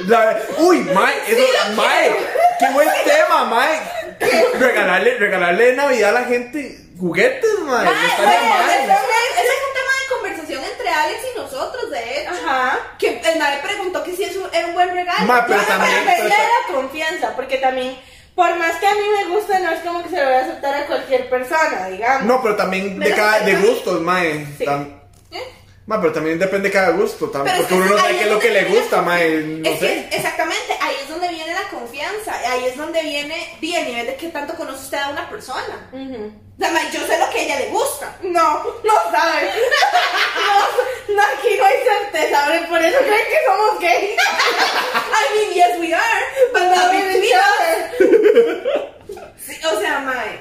La- uy, Mae, eso, Mae, qué buen tema, Mae. Regalarle, regalarle de Navidad a la gente juguetes, Mae. Mae, está bueno, bien, mae. ese es un- ese es un tema de conversación entre Alex y nosotros, de hecho. Ajá. Que el mae preguntó que si es un, era un buen regalo. Ma, pero Mae, también- mae, Pero ya la confianza, porque también, por más que a mí me gusta, no es como que se lo voy a aceptar a cualquier persona, digamos. No, pero también de Pero cada, de también- gustos, Mae. Sí. Tam- ¿Eh? Mae, pero también depende de cada gusto, tam- Pero es porque que uno no ahí sabe qué es lo que le donde gusta, Mae. No es sé. que, exactamente, ahí es donde viene la confianza, ahí es donde viene di, el nivel de qué tanto conoce usted a una persona. Ujú. O sea, mae, yo sé lo que a ella le gusta. No, no saben. No, no, aquí no hay certeza, hombre, por eso creen que somos gays. I mean, yes, we are, but not between us. Sí, o sea, mae,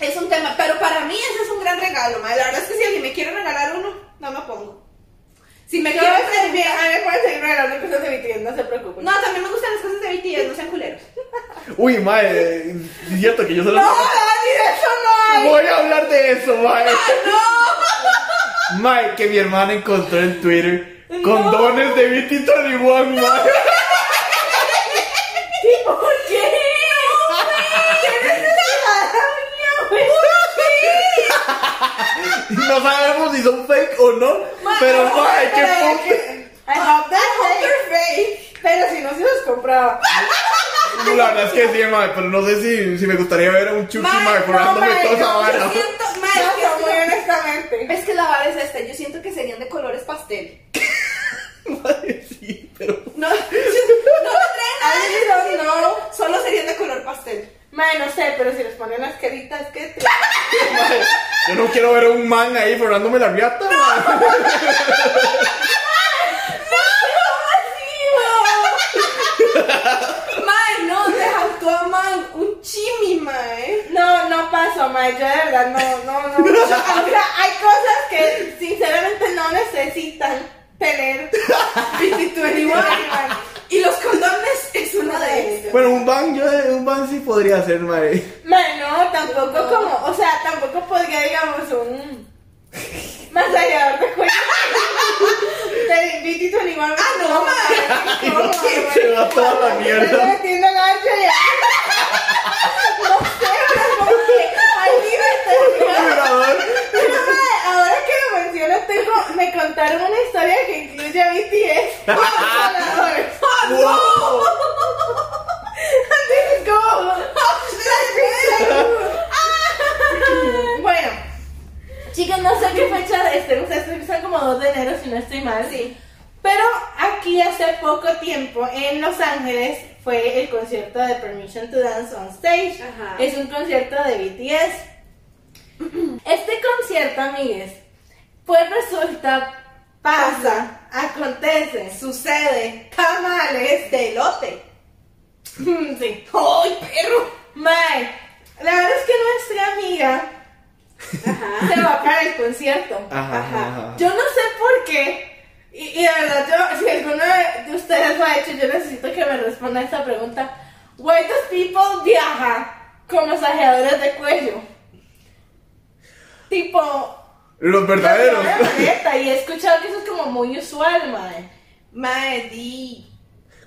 es un tema, pero para mí ese es un gran regalo, mae. La verdad es que si alguien me quiere regalar uno, no me pongo. Si me Yo quiere voy a hacer seguir- bien, a mí me pueden seguir regalando cosas de mi tienda, no se preocupen. no, también me gustan las cosas de BTS, no sean culeros. Uy, Mae, es cierto que yo solo. Dani, de eso no hay. Voy a hablar de eso, Mae. ¡No! Mae, que mi hermana encontró en Twitter condones de BT 31, Mae. ¿Por qué? No sabemos si son fake o no, pero Mae, qué puta. I hope that Hunter Ah, Face. Pero si no se los compraba. La verdad es que sí, Mae, pero no sé si, si me gustaría ver a un Chucky, Mae, Mae, no, forrándome mae, toda esa no, vara. Yo siento, mae, No, que pero muy sí. honestamente. es que la vara es esta, yo siento que serían de colores pastel. Mae, sí, pero. No, no me traen nada de I don't eso, know. sino solo serían de color pastel. Mae, no sé, pero si les ponen las caritas, qué triste. Yo no quiero ver a un man ahí forrándome la riata, Mae. Mae, no, deja tu man un chimi, mae. No, no paso, mae, yo de verdad no, no, no. O sea, hay cosas que sinceramente no necesitan tener. Y los condones es uno de ellos. Bueno, un ban, yo un ban sí podría ser, Mae. Mae, no, tampoco como, o sea, tampoco podría, digamos, un masajeador de cuello. Te invito a animarme. Ah, no, mae. no, Se va toda la Estoy mierda. metiendo el ancho y No sé, pero como que ahí me está Un vibrador. Pero madre, ahora que lo menciono, tengo, me contaron una historia que incluye a BTS. como consoladores. Wow. This is go. Bueno, chicas, no sé qué fecha de este, ustedes creo que son como 2 de enero, si no estoy mal. Sí. Pero aquí hace poco tiempo en Los Ángeles fue el concierto de Permission to Dance on Stage. Ajá. Es un concierto de BTS. Este concierto, amigues, pues resulta, pasa, acontece, Sucede tamales de elote. Mm, sí. ¡Ay, perro! Mae, la verdad es que nuestra amiga se va para el concierto. Ajá, ajá. Yo no sé por qué. Y, y de verdad, yo, si alguno de ustedes lo ha hecho, yo necesito que me responda a esta pregunta. Why does people viajan con masajeadores de cuello? Tipo, Los la verdaderos. maleta y he escuchado que eso es como muy usual, madre. Mae, di.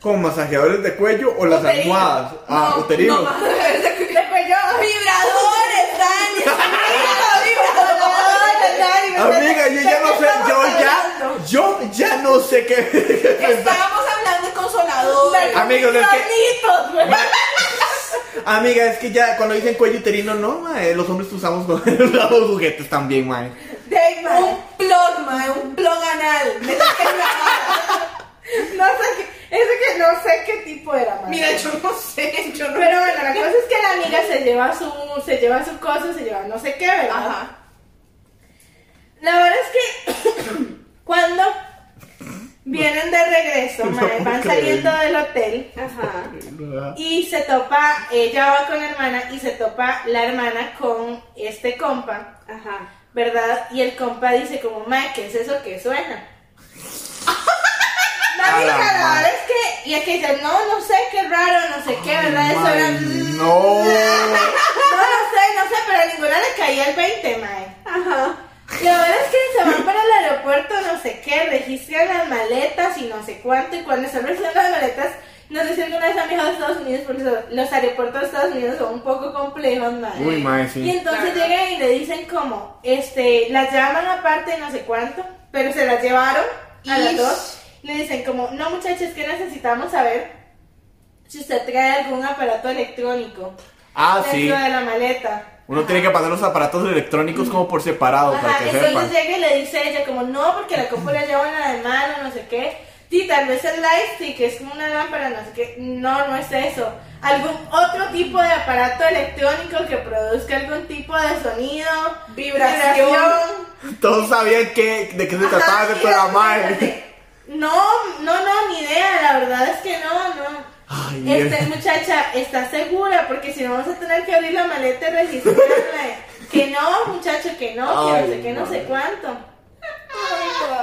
Como masajeadores de cuello o las Uterinos. almohadas. Ah, No, uterinos. no, De cuello, ¡Vibradores, Dani! ¡Vibradores, Dani! me estás- Amiga, yo ya no sé, yo ya, yo ya no sé qué- qué pensar. Estábamos hablando de consoladores. Amigos, es que, Solitos, güey. amiga, es que ya cuando dicen cuello uterino, no, mae, los hombres usamos, usamos juguetes también, mae. De un plug, mae, un plug anal. Me toqué en la cara. No sé qué, es que no sé qué tipo era, madre. Mira, yo no sé, yo no Pero bueno, la cosa es que la amiga se lleva su, se lleva su cosa, se lleva no sé qué, ¿verdad? Ajá. La verdad es que cuando vienen de regreso, madre, van puedo creer. saliendo del hotel Ajá. y se topa, ella va con la hermana y se topa la hermana con este compa, Ajá. ¿verdad? Y el compa dice como, ma, ¿qué es eso que suena? A La amiga, la la madre. verdad es que, y aquí dice, no, no sé, qué raro, no sé qué, ¿verdad? Eso era... Mae, no. No, no sé, no sé, pero a ninguna le caía el 20, mae. Ajá. La verdad es que se van para el aeropuerto, no sé qué, registran las maletas y no sé cuánto, y cuando están registrando las maletas, nos dicen que una vez han viajado a Estados Unidos, porque so- los aeropuertos de Estados Unidos son un poco complejos, mae. Uy, mae, Y sí. entonces Claro. llegan y le dicen como, este, las llaman aparte no sé cuánto, pero se las llevaron a las Ish. dos. Le dicen como, no muchachos, que necesitamos saber si usted trae algún aparato electrónico Ah, dentro sí. de la maleta. Uno tiene que pasar los aparatos electrónicos como por separado, para Ajá, que entonces sepan. llega y le dice a ella como no, porque la copa la lleva en la de mano, no sé qué. Sí, tal vez el lightstick es como una lámpara, no sé qué. No, no es eso. Algún otro tipo de aparato electrónico que produzca algún tipo de sonido, Vibración. Todos sabían que, de qué se Ajá, trataba ese y programa. entonces, eh. No, no, no, ni idea. La verdad es que no, no. Ay, Este, Dios. muchacha, ¿estás segura? Porque si no vamos a tener que abrir la maleta y registrarla. que no, muchacho, que no, que no Ay, sé qué, no sé madre. cuánto.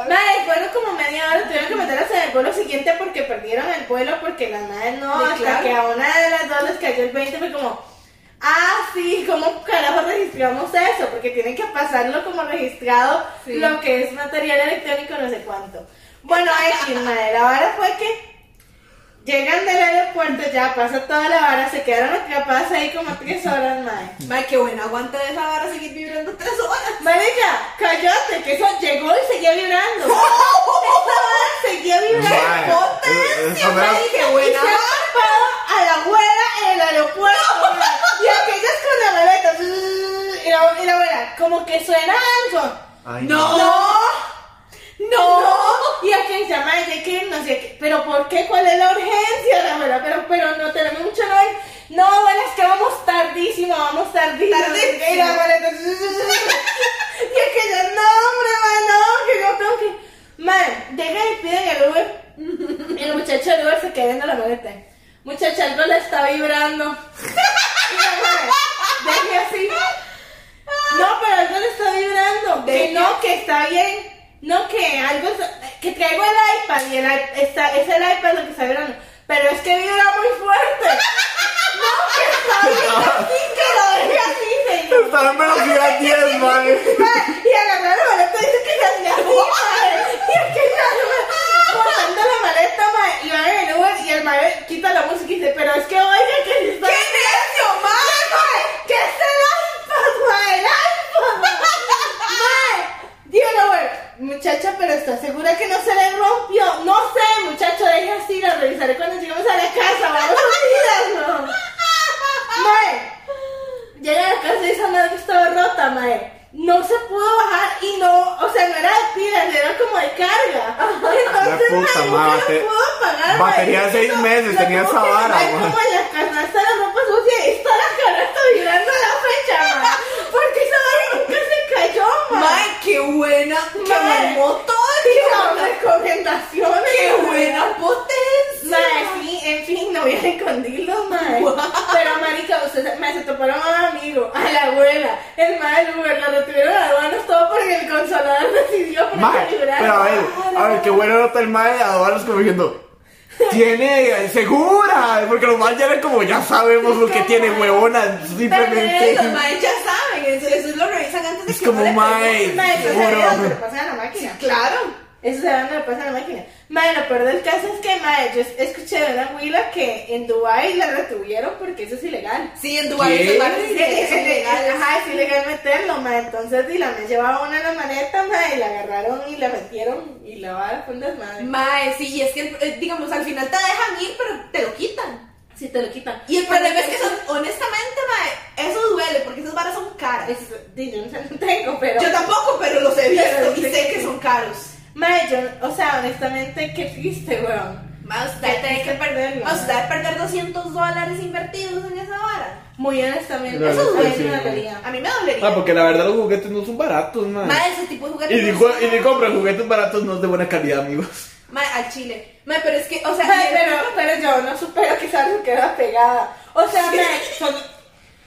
Madre, fueron como media hora, tuvieron que meterlas en el vuelo siguiente porque perdieron el vuelo porque las madres no, Sí, hasta claro. que a una de las dos les cayó el 20 fue como, ah, sí, ¿cómo carajo registramos eso? Porque tienen que pasarlo como registrado Sí. lo que es material electrónico, no sé cuánto. Bueno, X, madre, la hora fue que Llegan del aeropuerto, ya pasa toda la vara, se quedaron atrapadas ahí como tres horas, madre. Mae, qué bueno, aguanta de esa vara seguir vibrando tres horas. Marica, cállate, que eso llegó y seguía vibrando. Esta vara seguía Mae, vibrando. eh, esa vara- Y se buena. a la abuela en el aeropuerto. mae. Y aquellas con la maleta. Y la, y la abuela, como que suena algo. Ay, No, no. Y a quien llama de que no sé qué. Pero ¿por qué? ¿Cuál es la urgencia? La abuela, pero, pero no tenemos mucho no hay- No, abuela, es que vamos tardísimo, vamos tardísimo. Tardísimo. Y la abuela, entonces, y aquella, no, hombre, ma, no, que yo tengo que. Man, llega y piden el Uber. El muchacho del Uber se queda viendo la maleta. Muchacha, algo le está vibrando. Y la madre, deje así. No, pero algo le está vibrando. ¿De que qué? no, que está bien. No, que algo. está- Que traigo el iPad y el iP- está, es el iPad lo que está vibrando. Pero es que vibra muy fuerte. No, que está bien así, que lo deje así, señor. Estará en velocidad 10, mae. Madre, Y agarrar la maleta y dice que se hacía así, madre. Y es que ya no me- botando la maleta, madre. Y va en el Uber y el madre quita la música y dice, pero es que oiga que se está. ¡Qué necio, mae! ¿Qué es el iPad, mae? ¡El iPad! Mae, Digo, no, bueno, muchacha, pero ¿estás segura que no se le rompió? No sé, muchacho, deje así, la revisaré cuando lleguemos a la casa, vamos a olvidarlo. Mae, llega a la casa y esa madre estaba rota, mae. No se pudo bajar y no, o sea, no era de pilas, era como de carga. Entonces, La puta mae, madre, nunca bate- lo pudo pagar, batería mae. seis Lo- meses, lo tenía tuvo esa que vara, dejar mae. como en la canasta de ropa sucia y está la canasta vibrando a la fecha, ma. Porque esa vara nunca se cayó, ma. Mae, qué buena, qué Mae. buen motor, Digo, qué recomendaciones. qué ma. buena potencia. Ma, sí, en fin, no vienen con dildos, ma. Pero, marica, ustedes me se toparon a un amigo, a la abuela, el mal Uber, lo detuvieron a aduanos todo porque el consolador decidió Mae, librar. pero a ver, a ver, qué bueno nota el mae, a Dualos como diciendo. Tiene eh, segura, porque los más ya eran como ya sabemos lo que tiene huevona, Pero simplemente. eso, mae, ya saben, eso, eso lo revisan antes de Es que como, uno le mae, pregunte. Mae, eso Seguro. se lo pasa a la máquina. Claro. Eso se lo pasa a la máquina. Mae, lo peor del caso es que, mae, yo escuché de una huila que en Dubai la retuvieron porque eso es ilegal. Sí, en Dubái ¿Qué? esos bares Sí, ilegales son legales. Ajá, es ilegal meterlo, ma. Entonces, y la me llevaba una en la maneta, ma, y la agarraron y la metieron y la va fue un desmadre. Mae, sí, y es que, eh, digamos, al final te dejan ir, pero te lo quitan. Si te lo quitan. Y el problema es que son, honestamente, mae, eso duele, porque esas varas son caras. Es- di, yo no sé, no tengo, pero. Yo tampoco, pero los he visto Pero y sí. sé que son caros. Ma, yo, o sea, honestamente, qué triste, weón. Mae, usted tiene que perder, mae, usted debe perder 200 dólares invertidos en esa vara. Muy honestamente. Claro, eso sí, es sí, una sí. galería. A mí me dolería. Ah, porque la verdad los juguetes no son baratos, man. Mae, ese tipo de Ah. Y juguetes. ni, no jue- son- y ni compras juguetes baratos, no es de buena calidad, amigos. Mae, al chile. Mae, pero es que, o sea. Mae, pero, pero yo no supero que esa se queda pegada. O sea, mae, son-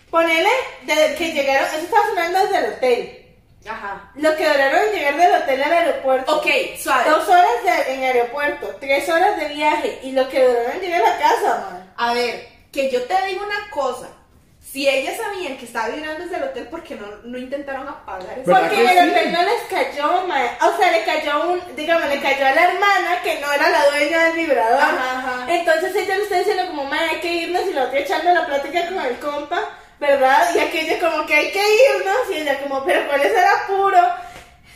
ponele desde que llegaron, eso estaba sonando desde el hotel. Ajá. Lo que duraron en llegar del hotel al aeropuerto. Ok, suave. Dos horas de- en aeropuerto, tres horas de viaje y lo que duró en llegar a la casa, man. A ver, que yo te digo una cosa. Si ellas sabían que estaba vibrando desde el hotel, ¿por qué no, no intentaron apagar eso? ¿Verdad Porque que en el sí? hotel no les cayó, man. O sea, le cayó un, dígame, le cayó a la hermana que no era la dueña del vibrador. Ajá, ajá. Entonces ella le está diciendo como, man, hay que irnos y la otra echando la plática con el compa, ¿verdad? Y aquella como que hay que irnos y ella como, pero ¿cuál es el apuro?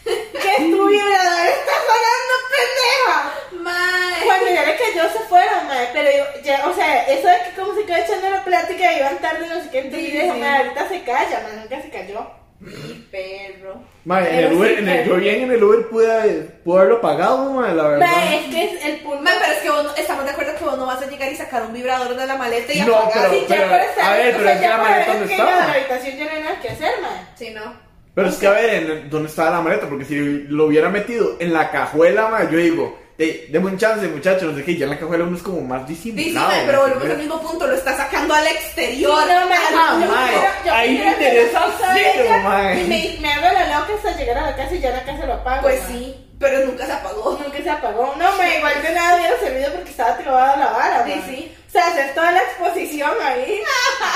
Que tu vibrador está sonando, pendeja. Mae. Cuando ya le cayó se fueron, mae, pero yo, ya, o sea, eso de que como se quedó echando la plática y iban tarde, no sé qué, entonces Sí, yo dije, sí. mae, ahorita se calla, mae, nunca se cayó. Mi perro. Man, en Pero el Uber, sí, en el, pero- yo bien en el Uber pude, pude haberlo pagado, man, la verdad. Mae, es que es el punto. Mae, pero es que vos no- estamos de acuerdo que vos no vas a llegar y sacar un vibrador de la maleta y No, apagar. pero- ya por estar- a ver, o pero sea, ya es que la por maleta haber donde escrito estaba. en la habitación ya no hay nada que hacer, mae. Sí, no. Pero es que a ver, en, ¿dónde estaba la maleta? Porque si lo hubiera metido en la cajuela, man, yo digo, "Ey, deme un chance, muchachos, no sé qué, ya en la cajuela uno es como más disimulado. Dice, mae, pero ¿me volvemos pues, al entiendes? mismo punto, lo está sacando al exterior. No, mae, Ah, yo mae, prefiero- yo ahí me prefiero que interesa la cosa cero, ella mae. Y me, me hago la loca hasta llegar a la casa y ya en la casa lo apago. Pues mae. sí, pero nunca se apagó. Nunca se apagó. No, me igual de nada hubiera servido porque estaba trabada la vara. Sí, ma. sí. O sea, hacer toda la exposición ahí.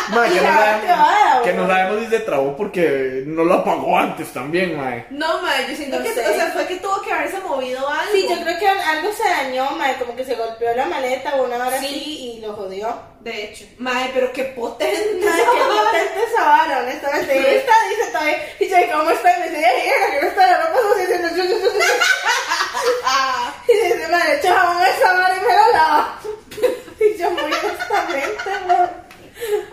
Ma, Y que, no la sabemos, trabada, que ma. no sabemos si se trabó porque no lo apagó antes también, mae. No, mae, yo siento No que, sé. o sea, fue que tuvo que haberse movido algo. Sí, yo creo que algo se dañó, mae, como que se golpeó la maleta o una vara Sí. así y lo jodió. De hecho. Mae, pero qué potente. Mae, qué potente esa vara, honestamente. Y esta dice todavía, y yo, ¿y ¿cómo está? Y me dice, "Ey, era que no está la ropa sucia. Y dice, "No, yo, yo, yo, yo". Y dice, madre, echa jabón a esa vara y me la lava. Y yo, muy honestamente, mae.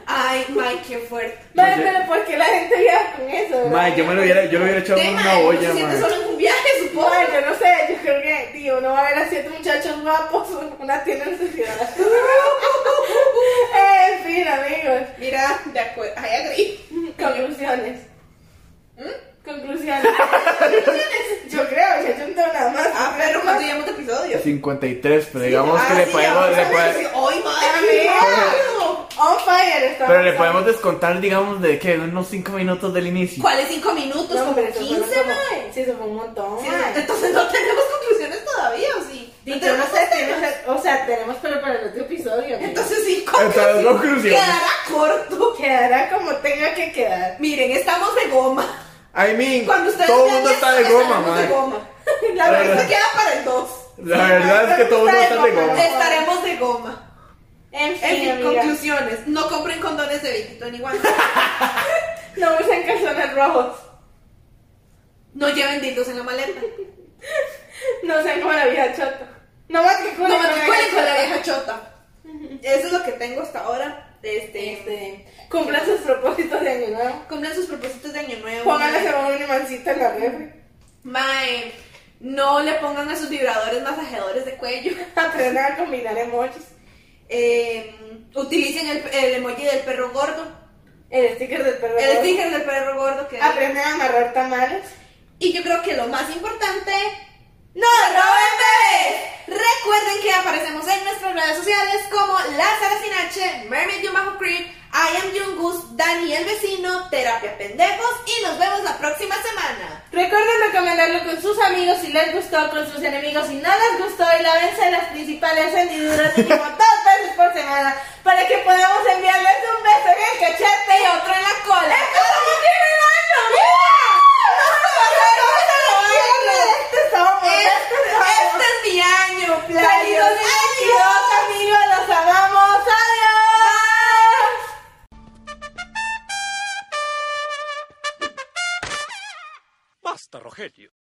Ay, mae, qué fuerte. Mae, Yo- pero ¿por qué la gente viaja con eso? Mae, yo me lo hubiera, yo lo hubiera echado en Tema, una pues, uno olla, se siente mae. solo en un viaje, supongo. Mae, yo no sé, yo creo que, tío, uno va a ver a siete muchachos guapos en una tienda en su ciudad. Eh, en fin, amigos, Mira, de acuerdo. Ay, agri. conclusiones. Conclusiones. ¿Mm? yo creo, ya yo no tengo nada más. Ah, pero cuando llegamos de episodio. 53, pero digamos que Ah, le sí, podemos, vamos a le ver podemos- si- ¡Ay, madre! Amiga. Ah, On fire estamos. pero le podemos descontar, digamos, de que unos 5 minutos del inicio. ¿Cuáles cinco minutos? No, ¿Como hombre, eso 15, fueron como- mae? Sí, eso fue un montón. Sí, mae. Entonces no tenemos conclusiones todavía, ¿o sí? Di, yo no tenemos sé, temas. tenemos- o sea, tenemos, pero para el otro episodio. amigo. Entonces sí, Entonces, conclusión. conclusiones. Quedará corto. Quedará como tenga que quedar. Miren, estamos de goma. I mean, Cuando ustedes todo el vean mundo esto, está de goma, estaremos de mae. goma. La verdad. Esto queda para el 2. La verdad es que todo el mundo está de goma. Estaremos de goma. En fin, En fin, amiga, conclusiones. No compren condones de 2021 igual. no usen calzones rojos. No lleven dildos en la maleta. No sean como la vieja chota. No matriculen, No con la matriculen vieja con la chota. vieja chota. Eso es lo que tengo hasta ahora. Este, Este, cumplan sus propósitos de año nuevo. Cumplan sus propósitos de año nuevo. Pónganle mae. cebolla y mancita en la refri. Mae, no le pongan a sus vibradores masajeadores de cuello. Aprendan a combinar emojis. Eh, utilicen el, el emoji del perro gordo. El sticker del perro. Ah, El sticker del perro gordo que. Aprendan a amarrar tamales. Y yo creo que lo más importante. ¡No roben bebés! Recuerden que aparecemos en nuestras redes sociales como Lázaro Sinache, Mermaid Bajo Creep, I am Jungus, Dani el vecino, Terapia Pendejos y nos vemos la próxima semana. Recuerden recomendarlo con sus amigos si les gustó, con sus enemigos si no les gustó y lávense las principales hendiduras mínimo dos veces por semana para que podamos enviarles un beso en el cachete y otro en la cola. Este Este